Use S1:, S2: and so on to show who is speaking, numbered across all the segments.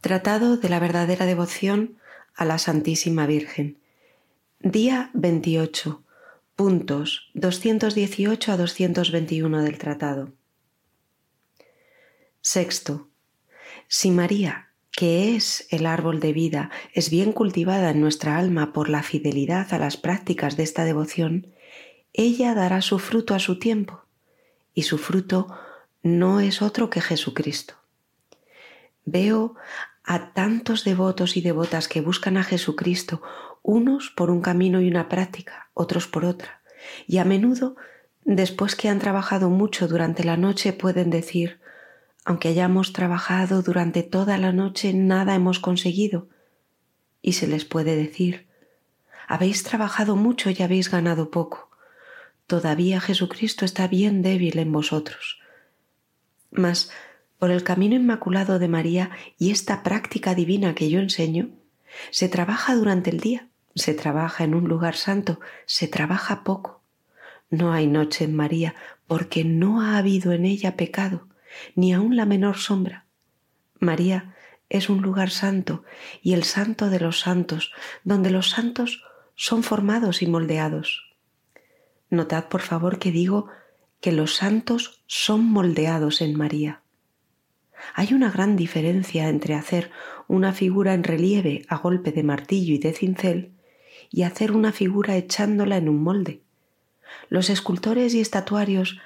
S1: Tratado de la verdadera devoción a la Santísima Virgen. Día 28. Puntos 218 a 221 del tratado. Sexto. Si María, que es el árbol de vida, es bien cultivada en nuestra alma por la fidelidad a las prácticas de esta devoción, ella dará su fruto a su tiempo, y su fruto no es otro que Jesucristo. Veo a tantos devotos y devotas que buscan a Jesucristo, unos por un camino y una práctica, otros por otra, y a menudo, después que han trabajado mucho durante la noche, pueden decir, aunque hayamos trabajado durante toda la noche, nada hemos conseguido. Y se les puede decir, habéis trabajado mucho y habéis ganado poco. Todavía Jesucristo está bien débil en vosotros. Mas, por el camino inmaculado de María y esta práctica divina que yo enseño, se trabaja durante el día, se trabaja en un lugar santo, se trabaja poco. No hay noche en María, porque no ha habido en ella pecado ni aun la menor sombra. María es un lugar santo y el santo de los santos, donde los santos son formados y moldeados. Notad, por favor, que digo que los santos son moldeados en María. Hay una gran diferencia entre hacer una figura en relieve a golpe de martillo y de cincel y hacer una figura echándola en un molde. Los escultores y estatuarios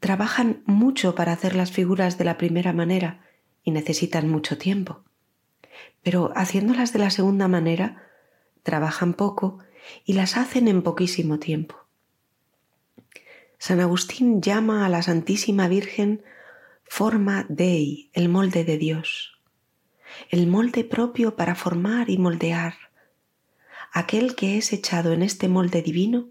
S1: trabajan mucho para hacer las figuras de la primera manera y necesitan mucho tiempo. Pero haciéndolas de la segunda manera, trabajan poco y las hacen en poquísimo tiempo. San Agustín llama a la Santísima Virgen forma dei, el molde de Dios, el molde propio para formar y moldear. Aquel que es echado en este molde divino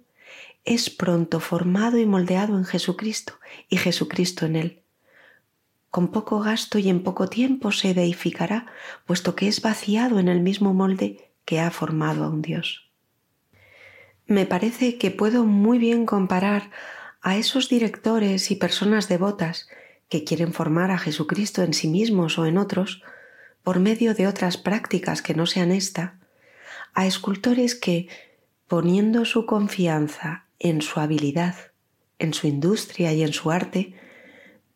S1: es pronto formado y moldeado en Jesucristo y Jesucristo en él. Con poco gasto y en poco tiempo se deificará, puesto que es vaciado en el mismo molde que ha formado a un Dios. Me parece que puedo muy bien comparar a esos directores y personas devotas que quieren formar a Jesucristo en sí mismos o en otros, por medio de otras prácticas que no sean esta, a escultores que, poniendo su confianza en su habilidad, en su industria y en su arte,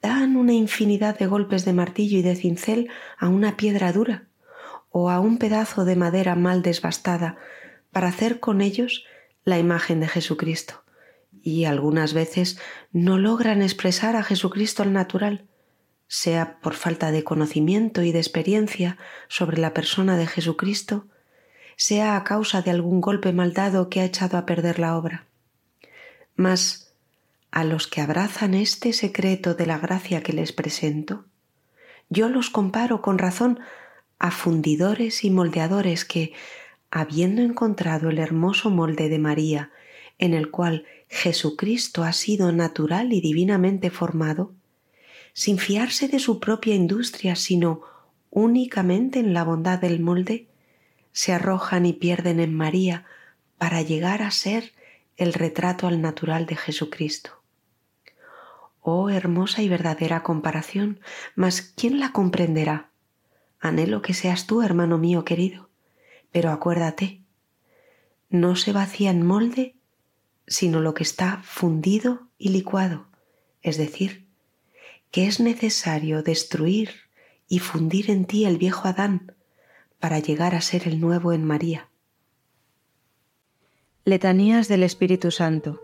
S1: dan una infinidad de golpes de martillo y de cincel a una piedra dura o a un pedazo de madera mal desbastada para hacer con ellos la imagen de Jesucristo. Y algunas veces no logran expresar a Jesucristo al natural, sea por falta de conocimiento y de experiencia sobre la persona de Jesucristo, sea a causa de algún golpe mal dado que ha echado a perder la obra. Mas a los que abrazan este secreto de la gracia que les presento, yo los comparo con razón a fundidores y moldeadores que, habiendo encontrado el hermoso molde de María, en el cual Jesucristo ha sido natural y divinamente formado, sin fiarse de su propia industria, sino únicamente en la bondad del molde, se arrojan y pierden en María para llegar a ser el retrato al natural de Jesucristo. Oh hermosa y verdadera comparación, mas ¿quién la comprenderá? Anhelo que seas tú, hermano mío querido, pero acuérdate, no se vacía en molde, sino lo que está fundido y licuado, es decir, que es necesario destruir y fundir en ti el viejo Adán, para llegar a ser el nuevo en María.
S2: Letanías del Espíritu Santo.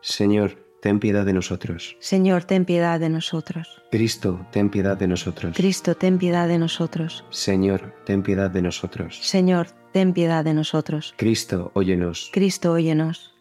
S3: Señor, ten piedad de nosotros.
S2: Señor, ten piedad de nosotros.
S3: Cristo, ten piedad de nosotros.
S2: Cristo, ten piedad de nosotros.
S3: Señor, ten piedad de nosotros.
S2: Señor, ten piedad de nosotros.
S3: Cristo, óyenos.
S2: Cristo, óyenos.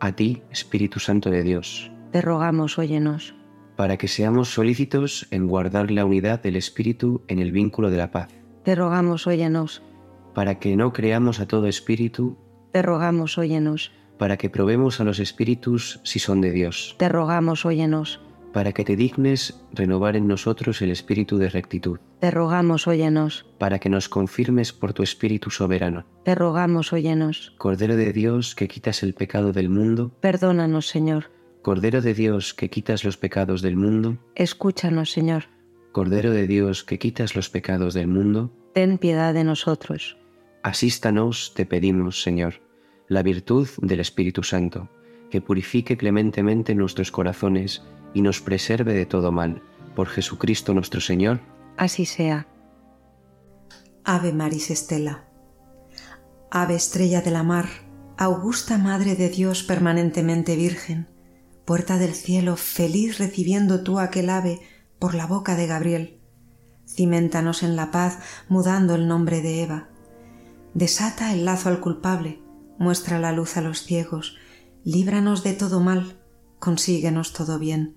S3: a ti, Espíritu Santo de Dios,
S1: te rogamos, óyenos,
S3: para que seamos solícitos en guardar la unidad del Espíritu en el vínculo de la paz,
S1: te rogamos, óyenos,
S3: para que no creamos a todo espíritu,
S1: te rogamos, óyenos,
S3: para que probemos a los espíritus si son de Dios,
S1: te rogamos, óyenos,
S3: para que te dignes renovar en nosotros el espíritu de rectitud,
S1: te rogamos, óyenos,
S3: para que nos confirmes por tu Espíritu soberano,
S1: te rogamos, óyenos,
S3: Cordero de Dios que quitas el pecado del mundo,
S1: perdónanos, Señor,
S3: Cordero de Dios que quitas los pecados del mundo,
S1: escúchanos, Señor,
S3: Cordero de Dios que quitas los pecados del mundo,
S1: ten piedad de nosotros.
S3: Asístanos, te pedimos, Señor, la virtud del Espíritu Santo, que purifique clementemente nuestros corazones y nos preserve de todo mal. Por Jesucristo nuestro Señor.
S1: Así sea.
S2: Ave Maris Estela. Ave estrella de la mar, augusta Madre de Dios permanentemente Virgen, puerta del cielo, feliz recibiendo tú aquel ave por la boca de Gabriel. Cimentanos en la paz, mudando el nombre de Eva. Desata el lazo al culpable, muestra la luz a los ciegos, líbranos de todo mal, consíguenos todo bien.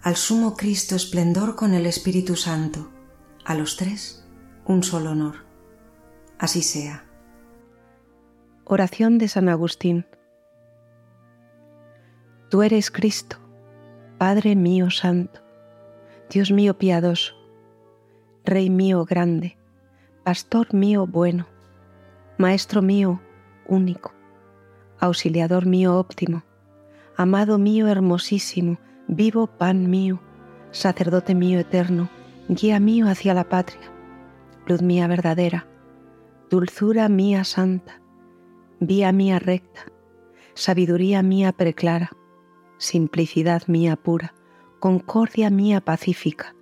S4: al Sumo Cristo esplendor con el Espíritu Santo, a los tres un solo honor. Así sea.
S2: Oración de San Agustín. Tú eres Cristo, Padre mío santo, Dios mío piadoso, Rey mío grande, Pastor mío bueno, Maestro mío único, Auxiliador mío óptimo, Amado mío hermosísimo, vivo pan mío, Sacerdote mío eterno, Guía mío hacia la patria, Luz mía verdadera, Dulzura mía santa, Vía mía recta, Sabiduría mía preclara, simplicidad mía pura, concordia mía pacífica,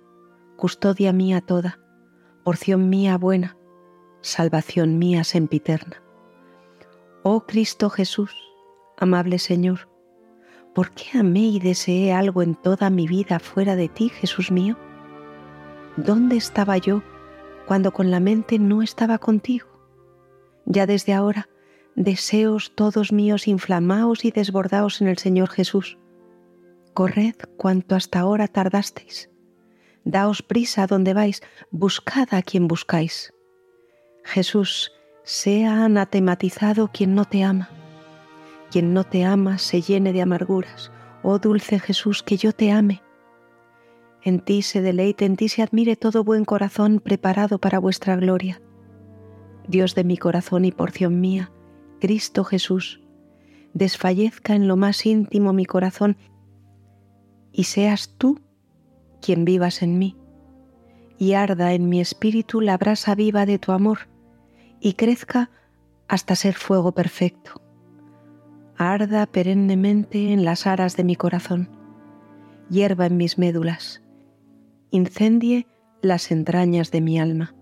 S2: custodia mía toda, porción mía buena, salvación mía sempiterna. Oh Cristo Jesús, amable Señor, ¿por qué amé y deseé algo en toda mi vida fuera de ti, Jesús mío? ¿Dónde estaba yo cuando con la mente no estaba contigo? Ya desde ahora, deseos todos míos inflamaos y desbordaos en el Señor Jesús corred cuanto hasta ahora tardasteis. Daos prisa a donde vais, buscad a quien buscáis. Jesús, sea anatematizado quien no te ama. Quien no te ama se llene de amarguras. Oh dulce Jesús, que yo te ame. En ti se deleite, en ti se admire todo buen corazón preparado para vuestra gloria. Dios de mi corazón y porción mía, Cristo Jesús, desfallezca en lo más íntimo mi corazón y seas tú quien vivas en mí, y arda en mi espíritu la brasa viva de tu amor, y crezca hasta ser fuego perfecto. Arda perennemente en las aras de mi corazón, hierba en mis médulas, incendie las entrañas de mi alma.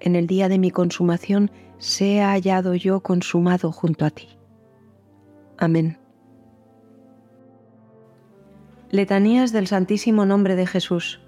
S2: En el día de mi consumación sea hallado yo consumado junto a ti. Amén. Letanías del Santísimo Nombre de Jesús.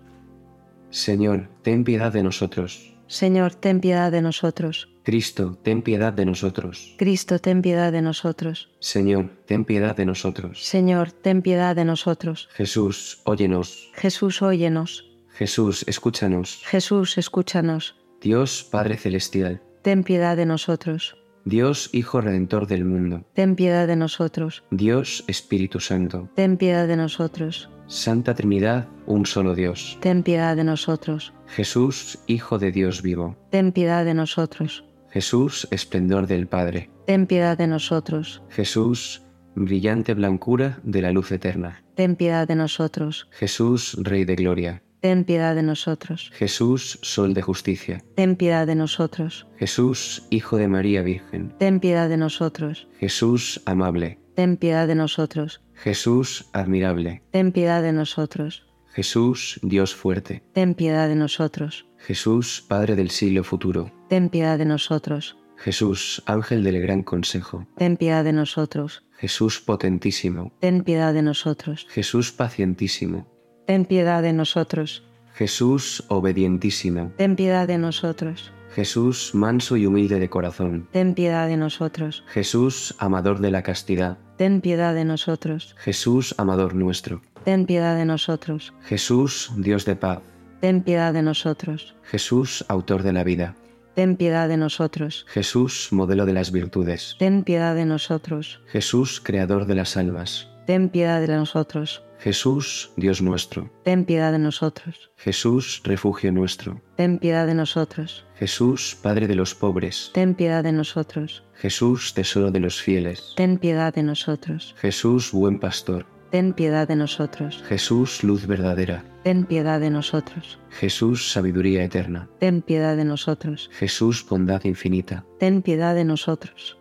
S3: Señor, ten piedad de nosotros.
S2: Señor, ten piedad de nosotros.
S3: Cristo, ten piedad de nosotros.
S2: Cristo, ten piedad de nosotros.
S3: Señor, ten piedad de nosotros.
S2: Señor, ten piedad de nosotros.
S3: Jesús, óyenos.
S2: Jesús, óyenos.
S3: Jesús, escúchanos.
S2: Jesús, escúchanos.
S3: Dios Padre Celestial,
S2: Ten piedad de nosotros.
S3: Dios Hijo Redentor del mundo,
S2: Ten piedad de nosotros.
S3: Dios Espíritu Santo,
S2: Ten piedad de nosotros.
S3: Santa Trinidad, un solo Dios.
S2: Ten piedad de nosotros.
S3: Jesús, Hijo de Dios vivo.
S2: Ten piedad de nosotros.
S3: Jesús, esplendor del Padre.
S2: Ten piedad de nosotros.
S3: Jesús, brillante blancura de la luz eterna.
S2: Ten piedad de nosotros.
S3: Jesús, Rey de Gloria.
S2: Ten piedad de nosotros.
S3: Jesús, Sol de Justicia.
S2: Ten piedad de nosotros.
S3: Jesús, Hijo de María Virgen.
S2: Ten piedad de nosotros.
S3: Jesús, amable.
S2: Ten piedad de nosotros.
S3: Jesús, admirable.
S2: Ten piedad de nosotros.
S3: Jesús, Dios fuerte.
S2: Ten piedad de nosotros.
S3: Jesús, Padre del siglo futuro.
S2: Ten piedad de nosotros.
S3: Jesús, Ángel del Gran Consejo.
S2: Ten piedad de nosotros.
S3: Jesús potentísimo.
S2: Ten piedad de nosotros.
S3: Jesús pacientísimo.
S2: Ten piedad de nosotros.
S3: Jesús obedientísimo.
S2: Ten piedad de nosotros.
S3: Jesús manso y humilde de corazón.
S2: Ten piedad de nosotros.
S3: Jesús amador de la castidad.
S2: Ten piedad de nosotros.
S3: Jesús amador nuestro.
S2: Ten piedad de nosotros.
S3: Jesús Dios de paz.
S2: Ten piedad de nosotros.
S3: Jesús autor de la vida.
S2: Ten piedad de nosotros.
S3: Jesús modelo de las virtudes.
S2: Ten piedad de nosotros.
S3: Jesús creador de las almas.
S2: Ten piedad de nosotros.
S3: Jesús Dios nuestro.
S2: Ten piedad de nosotros.
S3: Jesús refugio nuestro.
S2: Ten piedad de nosotros.
S3: Jesús Padre de los pobres.
S2: Ten piedad de nosotros.
S3: Jesús tesoro de los fieles.
S2: Ten piedad de nosotros.
S3: Jesús buen pastor.
S2: Ten piedad de nosotros.
S3: Jesús luz verdadera.
S2: Ten piedad de nosotros.
S3: Jesús sabiduría eterna.
S2: Ten piedad de nosotros.
S3: Jesús bondad infinita.
S2: Ten piedad de nosotros.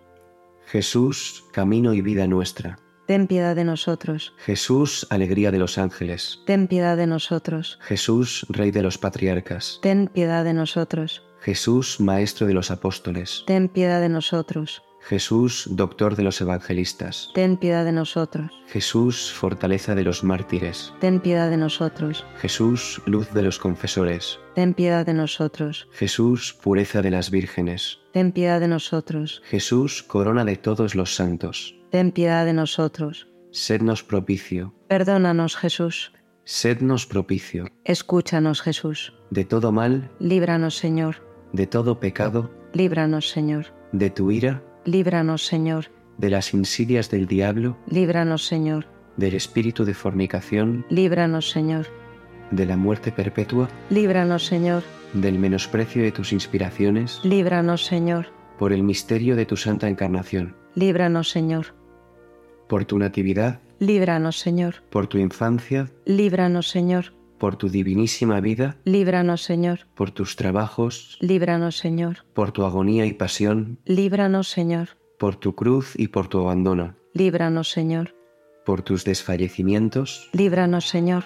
S3: Jesús camino y vida nuestra.
S2: Ten piedad de nosotros.
S3: Jesús alegría de los ángeles.
S2: Ten piedad de nosotros.
S3: Jesús Rey de los patriarcas.
S2: Ten piedad de nosotros.
S3: Jesús Maestro de los apóstoles.
S2: Ten piedad de nosotros.
S3: Jesús Doctor de los evangelistas.
S2: Ten piedad de nosotros.
S3: Jesús Fortaleza de los mártires.
S2: Ten piedad de nosotros.
S3: Jesús Luz de los confesores.
S2: Ten piedad de nosotros.
S3: Jesús Pureza de las vírgenes.
S2: Ten piedad de nosotros.
S3: Jesús Corona de todos los santos.
S2: Ten piedad de nosotros.
S3: Sednos propicio.
S2: Perdónanos, Jesús.
S3: Sednos propicio
S2: Escúchanos, Jesús.
S3: de todo mal,
S2: Líbranos, Señor.
S3: de todo pecado,
S2: Líbranos, Señor.
S3: de tu ira,
S2: Líbranos, Señor.
S3: de las insidias del diablo,
S2: Líbranos, Señor.
S3: del espíritu de fornicación,
S2: Líbranos, Señor.
S3: de la muerte perpetua,
S2: Líbranos, Señor.
S3: del menosprecio de tus inspiraciones,
S2: Líbranos, Señor.
S3: por el misterio de tu santa encarnación,
S2: Líbranos, Señor.
S3: por tu natividad,
S2: Líbranos, Señor.
S3: por tu infancia,
S2: Líbranos, Señor.
S3: por tu divinísima vida,
S2: Líbranos, Señor.
S3: por tus trabajos,
S2: Líbranos, Señor.
S3: por tu agonía y pasión,
S2: Líbranos, Señor.
S3: por tu cruz y por tu abandono,
S2: Líbranos, Señor.
S3: por tus desfallecimientos,
S2: Líbranos, Señor.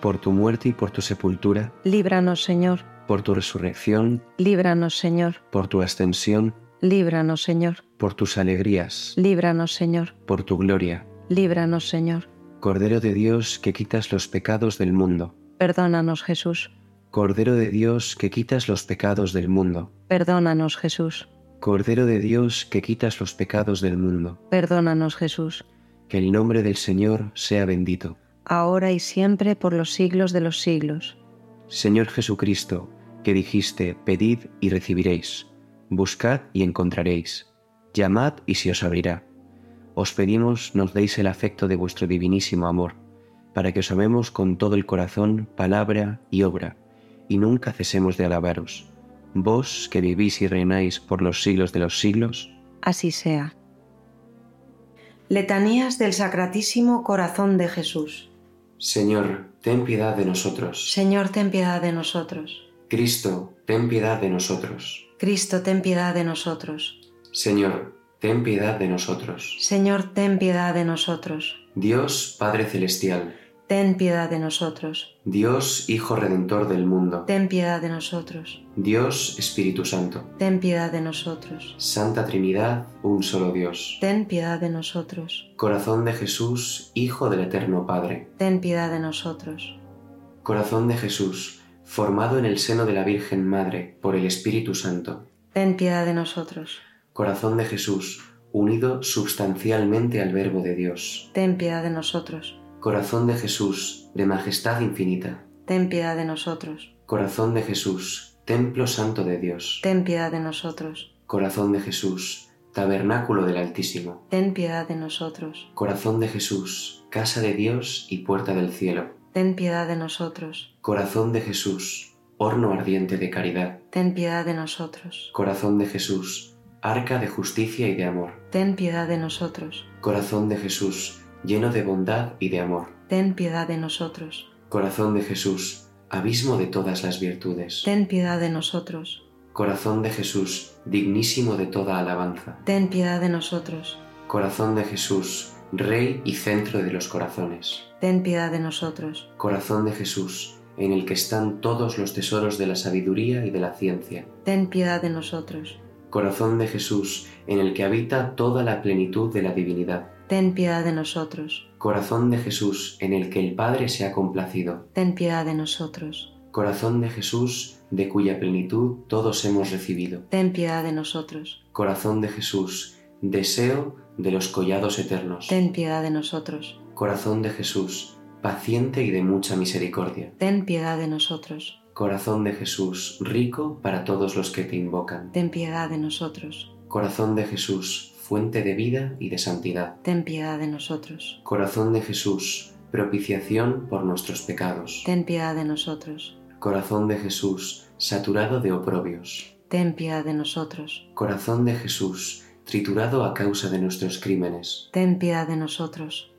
S3: por tu muerte y por tu sepultura,
S2: Líbranos, Señor.
S3: por tu resurrección,
S2: Líbranos, Señor.
S3: por tu ascensión,
S2: Líbranos, Señor.
S3: por tus alegrías,
S2: Líbranos, Señor.
S3: por tu gloria.
S2: Líbranos, Señor.
S3: Cordero de Dios que quitas los pecados del mundo.
S2: Perdónanos, Jesús.
S3: Cordero de Dios que quitas los pecados del mundo.
S2: Perdónanos, Jesús.
S3: Cordero de Dios que quitas los pecados del mundo.
S2: Perdónanos, Jesús.
S3: Que el nombre del Señor sea bendito.
S2: Ahora y siempre por los siglos de los siglos.
S3: Señor Jesucristo, que dijiste, pedid y recibiréis, buscad y encontraréis, llamad y se os abrirá. Os pedimos nos deis el afecto de vuestro divinísimo amor, para que os amemos con todo el corazón, palabra y obra, y nunca cesemos de alabaros. Vos que vivís y reináis por los siglos de los siglos,
S2: Así sea.
S4: Letanías del Sacratísimo Corazón de Jesús.
S3: Señor, ten piedad de nosotros.
S4: Señor, ten piedad de nosotros.
S3: Cristo, ten piedad de nosotros.
S4: Cristo, ten piedad de nosotros.
S3: Señor, ten piedad de nosotros.
S4: Señor, ten piedad de nosotros.
S3: Dios Padre Celestial,
S4: Ten piedad de nosotros.
S3: Dios Hijo Redentor del mundo,
S4: Ten piedad de nosotros.
S3: Dios Espíritu Santo,
S4: Ten piedad de nosotros.
S3: Santa Trinidad, un solo Dios.
S4: Ten piedad de nosotros.
S3: Corazón de Jesús, Hijo del Eterno Padre.
S4: Ten piedad de nosotros.
S3: Corazón de Jesús, formado en el seno de la Virgen Madre por el Espíritu Santo.
S4: Ten piedad de nosotros.
S3: Corazón de Jesús, unido substancialmente al Verbo de Dios.
S4: Ten piedad de nosotros.
S3: Corazón de Jesús, de majestad infinita.
S4: Ten piedad de nosotros.
S3: Corazón de Jesús, templo santo de Dios.
S4: Ten piedad de nosotros.
S3: Corazón de Jesús, tabernáculo del Altísimo.
S4: Ten piedad de nosotros.
S3: Corazón de Jesús, casa de Dios y puerta del cielo.
S4: Ten piedad de nosotros.
S3: Corazón de Jesús, horno ardiente de caridad.
S4: Ten piedad de nosotros.
S3: Corazón de Jesús, arca de justicia y de amor.
S4: Ten piedad de nosotros.
S3: Corazón de Jesús, lleno de bondad y de amor.
S4: Ten piedad de nosotros.
S3: Corazón de Jesús, abismo de todas las virtudes.
S4: Ten piedad de nosotros.
S3: Corazón de Jesús, dignísimo de toda alabanza.
S4: Ten piedad de nosotros.
S3: Corazón de Jesús, Rey y centro de los corazones.
S4: Ten piedad de nosotros.
S3: Corazón de Jesús, en el que están todos los tesoros de la sabiduría y de la ciencia.
S4: Ten piedad de nosotros.
S3: Corazón de Jesús, en el que habita toda la plenitud de la divinidad.
S4: Ten piedad de nosotros.
S3: Corazón de Jesús, en el que el Padre se ha complacido.
S4: Ten piedad de nosotros.
S3: Corazón de Jesús, de cuya plenitud todos hemos recibido.
S4: Ten piedad de nosotros.
S3: Corazón de Jesús, deseo de los collados eternos.
S4: Ten piedad de nosotros.
S3: Corazón de Jesús, paciente y de mucha misericordia.
S4: Ten piedad de nosotros.
S3: Corazón de Jesús, rico para todos los que te invocan.
S4: Ten piedad de nosotros.
S3: Corazón de Jesús, fuente de vida y de santidad.
S4: Ten piedad de nosotros.
S3: Corazón de Jesús, propiciación por nuestros pecados.
S4: Ten piedad de nosotros.
S3: Corazón de Jesús, saturado de oprobios.
S4: Ten piedad de nosotros.
S3: Corazón de Jesús, triturado a causa de nuestros crímenes.
S4: Ten piedad de nosotros.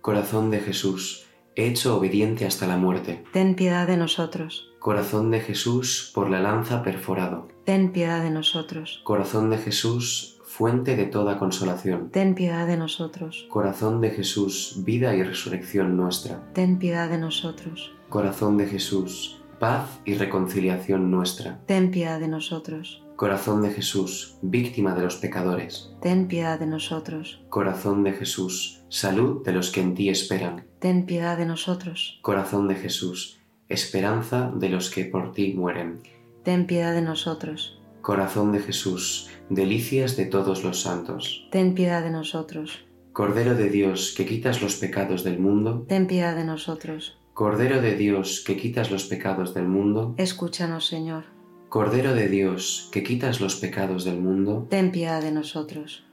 S3: Corazón de Jesús, hecho obediente hasta la muerte.
S4: Ten piedad de nosotros.
S3: Corazón de Jesús, por la lanza perforado.
S4: Ten piedad de nosotros.
S3: Corazón de Jesús, fuente de toda consolación.
S4: Ten piedad de nosotros.
S3: Corazón de Jesús, vida y resurrección nuestra.
S4: Ten piedad de nosotros.
S3: Corazón de Jesús, paz y reconciliación nuestra.
S4: Ten piedad de nosotros.
S3: Corazón de Jesús, víctima de los pecadores.
S4: Ten piedad de nosotros.
S3: Corazón de Jesús, salud de los que en ti esperan.
S4: Ten piedad de nosotros.
S3: Corazón de Jesús, esperanza de los que por ti mueren.
S4: Ten piedad de nosotros.
S3: Corazón de Jesús, delicias de todos los santos.
S4: Ten piedad de nosotros.
S3: Cordero de Dios que quitas los pecados del mundo,
S4: Ten piedad de nosotros.
S3: Cordero de Dios que quitas los pecados del mundo,
S4: escúchanos Señor.
S3: Cordero de Dios que quitas los pecados del mundo,
S4: Ten piedad de nosotros.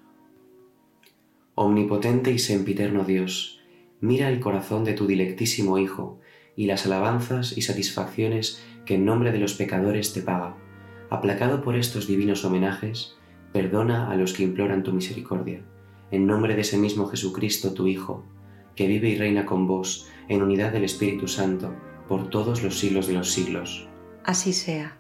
S3: Omnipotente y sempiterno Dios, mira el corazón de tu dilectísimo Hijo y las alabanzas y satisfacciones que en nombre de los pecadores te paga. Aplacado por estos divinos homenajes, perdona a los que imploran tu misericordia. En nombre de ese mismo Jesucristo, tu Hijo, que vive y reina con vos en unidad del Espíritu Santo por todos los siglos de los siglos.
S4: Así sea.